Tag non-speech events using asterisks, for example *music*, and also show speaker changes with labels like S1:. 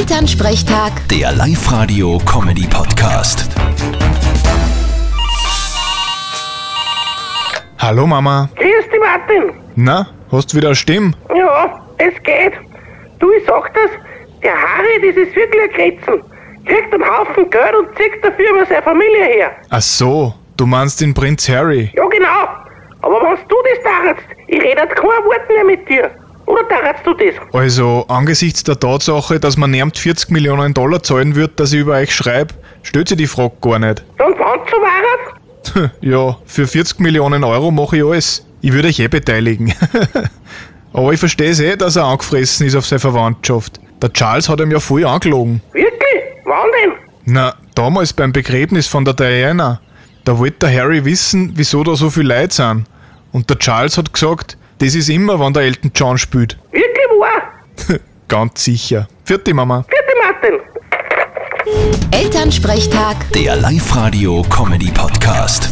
S1: Elternsprechtag,
S2: Der Live-Radio-Comedy-Podcast.
S3: Hallo Mama.
S4: Grüß dich, Martin.
S3: Na, hast wieder eine Stimme?
S4: Ja, es geht. Du, ich sag das, der Harry, das ist wirklich ein Kretzen. Kriegt einen Haufen Geld und zieht dafür über seine Familie her.
S3: Ach so, du meinst den Prinz Harry.
S4: Ja, genau. Aber wenn du das darfst, ich rede jetzt kein Wort mehr mit dir. Oder darfst du das?
S3: Also, angesichts der Tatsache, dass man närmt 40 Millionen Dollar zahlen wird, dass ich über euch schreibe, stellt sich die Frage gar nicht. *laughs*
S4: Dann wann zu wahren?
S3: ja, für 40 Millionen Euro mache ich alles. Ich würde euch eh beteiligen. *laughs* Aber ich verstehe eh, dass er angefressen ist auf seine Verwandtschaft. Der Charles hat ihm ja voll angelogen.
S4: Wirklich? Wann denn?
S3: Na, damals beim Begräbnis von der Diana, da wollte der Harry wissen, wieso da so viele Leute sind. Und der Charles hat gesagt, das ist immer, wann der Elton John spielt.
S4: Wirklich wahr?
S3: Ganz sicher. Vierte Mama.
S4: Vierte Martin.
S1: Elternsprechtag.
S2: Der Live-Radio-Comedy-Podcast.